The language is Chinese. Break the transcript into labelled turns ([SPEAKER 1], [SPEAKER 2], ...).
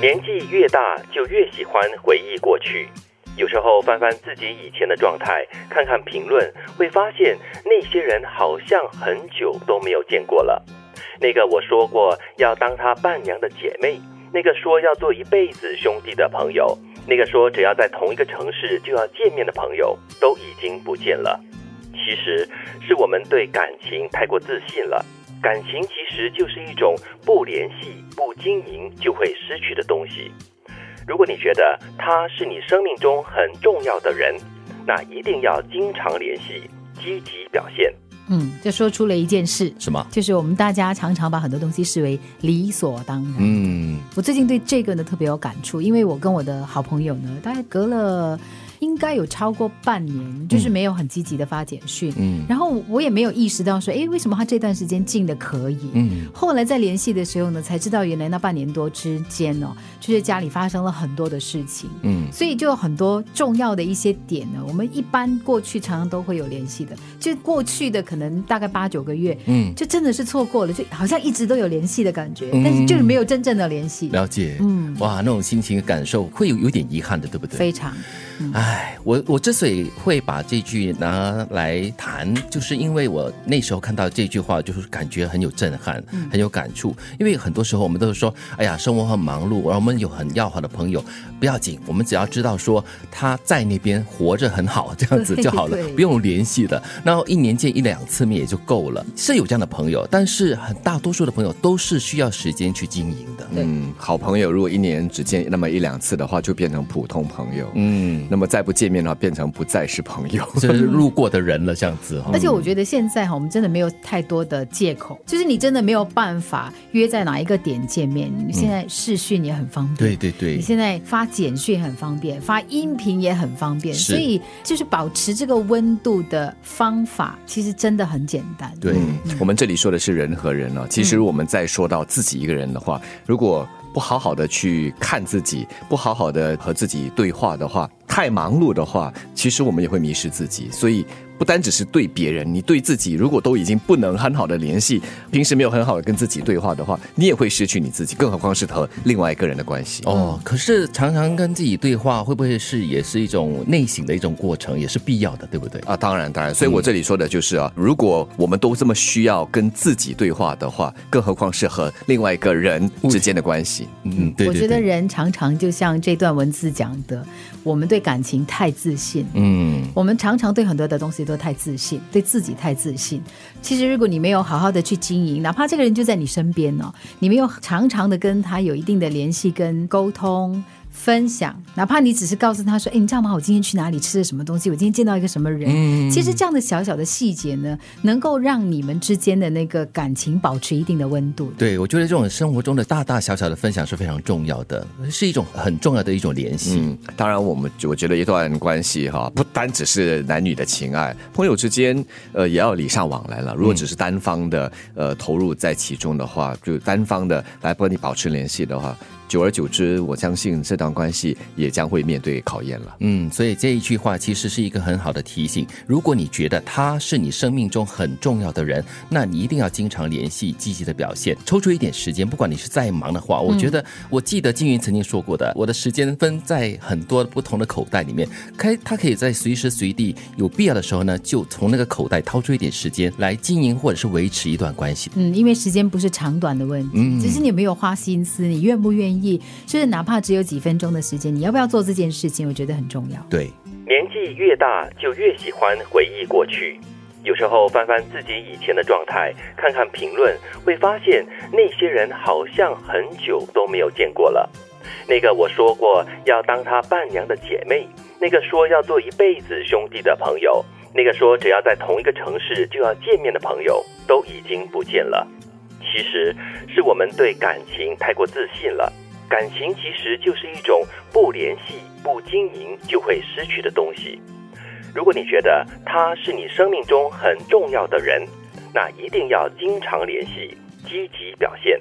[SPEAKER 1] 年纪越大，就越喜欢回忆过去。有时候翻翻自己以前的状态，看看评论，会发现那些人好像很久都没有见过了。那个我说过要当他伴娘的姐妹，那个说要做一辈子兄弟的朋友，那个说只要在同一个城市就要见面的朋友，都已经不见了。其实是我们对感情太过自信了。感情其实就是一种不联系、不经营就会失去的东西。如果你觉得他是你生命中很重要的人，那一定要经常联系，积极表现。
[SPEAKER 2] 嗯，这说出了一件事，
[SPEAKER 3] 什么？
[SPEAKER 2] 就是我们大家常常把很多东西视为理所当然。
[SPEAKER 3] 嗯，
[SPEAKER 2] 我最近对这个呢特别有感触，因为我跟我的好朋友呢，大概隔了应该有超过半年，就是没有很积极的发简讯，
[SPEAKER 3] 嗯
[SPEAKER 2] 然后我也没有意识到说，诶，为什么他这段时间静的可以？
[SPEAKER 3] 嗯
[SPEAKER 2] 后来在联系的时候呢，才知道原来那半年多之间哦，就是家里发生了很多的事情，
[SPEAKER 3] 嗯
[SPEAKER 2] 所以就有很多重要的一些点呢，我们一般过去常常都会有联系的，就过去的可能大概八九个月，
[SPEAKER 3] 嗯，
[SPEAKER 2] 就真的是错过了，就好像一直都有联系的感觉，
[SPEAKER 3] 嗯
[SPEAKER 2] 但是就是没有真正的联系，
[SPEAKER 3] 了解。
[SPEAKER 2] 嗯
[SPEAKER 3] 哇，那种心情感受会有有点遗憾的，对不对？
[SPEAKER 2] 非常
[SPEAKER 3] 哎，我我之所以会把这句拿来谈，就是因为我那时候看到这句话，就是感觉很有震撼，
[SPEAKER 2] 嗯
[SPEAKER 3] 很有感触。因为很多时候我们都是说，哎呀，生活很忙碌，然后我们有很要好的朋友，不要紧，我们只要知道说他在那边活着很好，这样子就好了
[SPEAKER 2] 对，对
[SPEAKER 3] 不用联系的。然后一年见一两次面也就够了，是有这样的朋友，但是很大多数的朋友都是需要时间去经营的。
[SPEAKER 4] 嗯，好朋友如果一年只见那么一两次的话，就变成普通朋友。
[SPEAKER 3] 嗯，
[SPEAKER 4] 那么再不见面的话，变成不再是朋友。
[SPEAKER 3] 就是路过的人了，这样子哈
[SPEAKER 2] 而。且我觉得现在哈，我们真的没有太多的借口，就是你真的没有办法约在哪一个点见面，你现在视讯也很方便。
[SPEAKER 3] 嗯对对对
[SPEAKER 2] 你，现在发简讯很方便，发音频也很方便，
[SPEAKER 3] 是
[SPEAKER 2] 所以就是保持这个温度的方法，其实真的很简单。
[SPEAKER 3] 对
[SPEAKER 4] 嗯，我们这里说的是人和人哦。其实我们在说到自己一个人的话，如果不好好的去看自己，不好好的和自己对话的话，太忙碌的话，其实我们也会迷失自己。所以。不单只是对别人，你对自己如果都已经不能很好的联系，平时没有很好的跟自己对话的话，你也会失去你自己，更何况是和另外一个人的关系。
[SPEAKER 3] 哦，可是常常跟自己对话，会不会是也是一种内省的一种过程，也是必要的，对不对？
[SPEAKER 4] 啊，当然，当然，所以我这里说的就是啊，如果我们都这么需要跟自己对话的话，更何况是和另外一个人之间的关系。
[SPEAKER 3] 嗯，对
[SPEAKER 2] 我觉
[SPEAKER 3] 对
[SPEAKER 2] 得
[SPEAKER 3] 对，
[SPEAKER 2] 人常常就像这段文字讲的，我们对感情太自信，
[SPEAKER 3] 嗯，
[SPEAKER 2] 我们常常对很多的东西都太自信，对自己太自信。其实，如果你没有好好的去经营，哪怕这个人就在你身边哦，你没有常常的跟他有一定的联系跟沟通。分享，哪怕你只是告诉他说：“哎，你知道吗？我今天去哪里吃了什么东西？我今天见到一个什么人。其实这样的小小的细节呢，能够让你们之间的那个感情保持一定的温度的。
[SPEAKER 3] 对，我觉得这种生活中的大大小小的分享是非常重要的，是一种很重要的一种联系。
[SPEAKER 4] 嗯，当然，我们我觉得一段关系哈，不单只是男女的情爱，朋友之间呃也要礼尚往来了。如果只是单方的呃投入在其中的话，就单方的来帮你保持联系的话，久而久之，我相信这段关系也将会面对考验了。
[SPEAKER 3] 嗯，所以这一句话其实是一个很好的提醒。如果你觉得他是你生命中很重要的人，那你一定要经常联系，积极的表现，抽出一点时间。不管你是再忙的话，我觉得我记得金云曾经说过的，我的时间分在很多不同的口袋里面，开他可以在随时随地有必要的时候呢，就从那个口袋掏出一点时间来经营或者是维持一段关系。
[SPEAKER 2] 嗯，因为时间不是长短的问题，只是你有没有花心思，你愿不愿意，就是哪怕只有几分钟的时间，你要不要做这件事情，我觉得很重要。
[SPEAKER 3] 对，
[SPEAKER 1] 年纪越大，就越喜欢回忆过去。有时候翻翻自己以前的状态，看看评论，会发现那些人好像很久都没有见过了。那个我说过要当他伴娘的姐妹，那个说要做一辈子兄弟的朋友，那个说只要在同一个城市就要见面的朋友，都已经不见了。其实是我们对感情太过自信了。感情其实就是一种不联系、不经营就会失去的东西。如果你觉得他是你生命中很重要的人，那一定要经常联系，积极表现。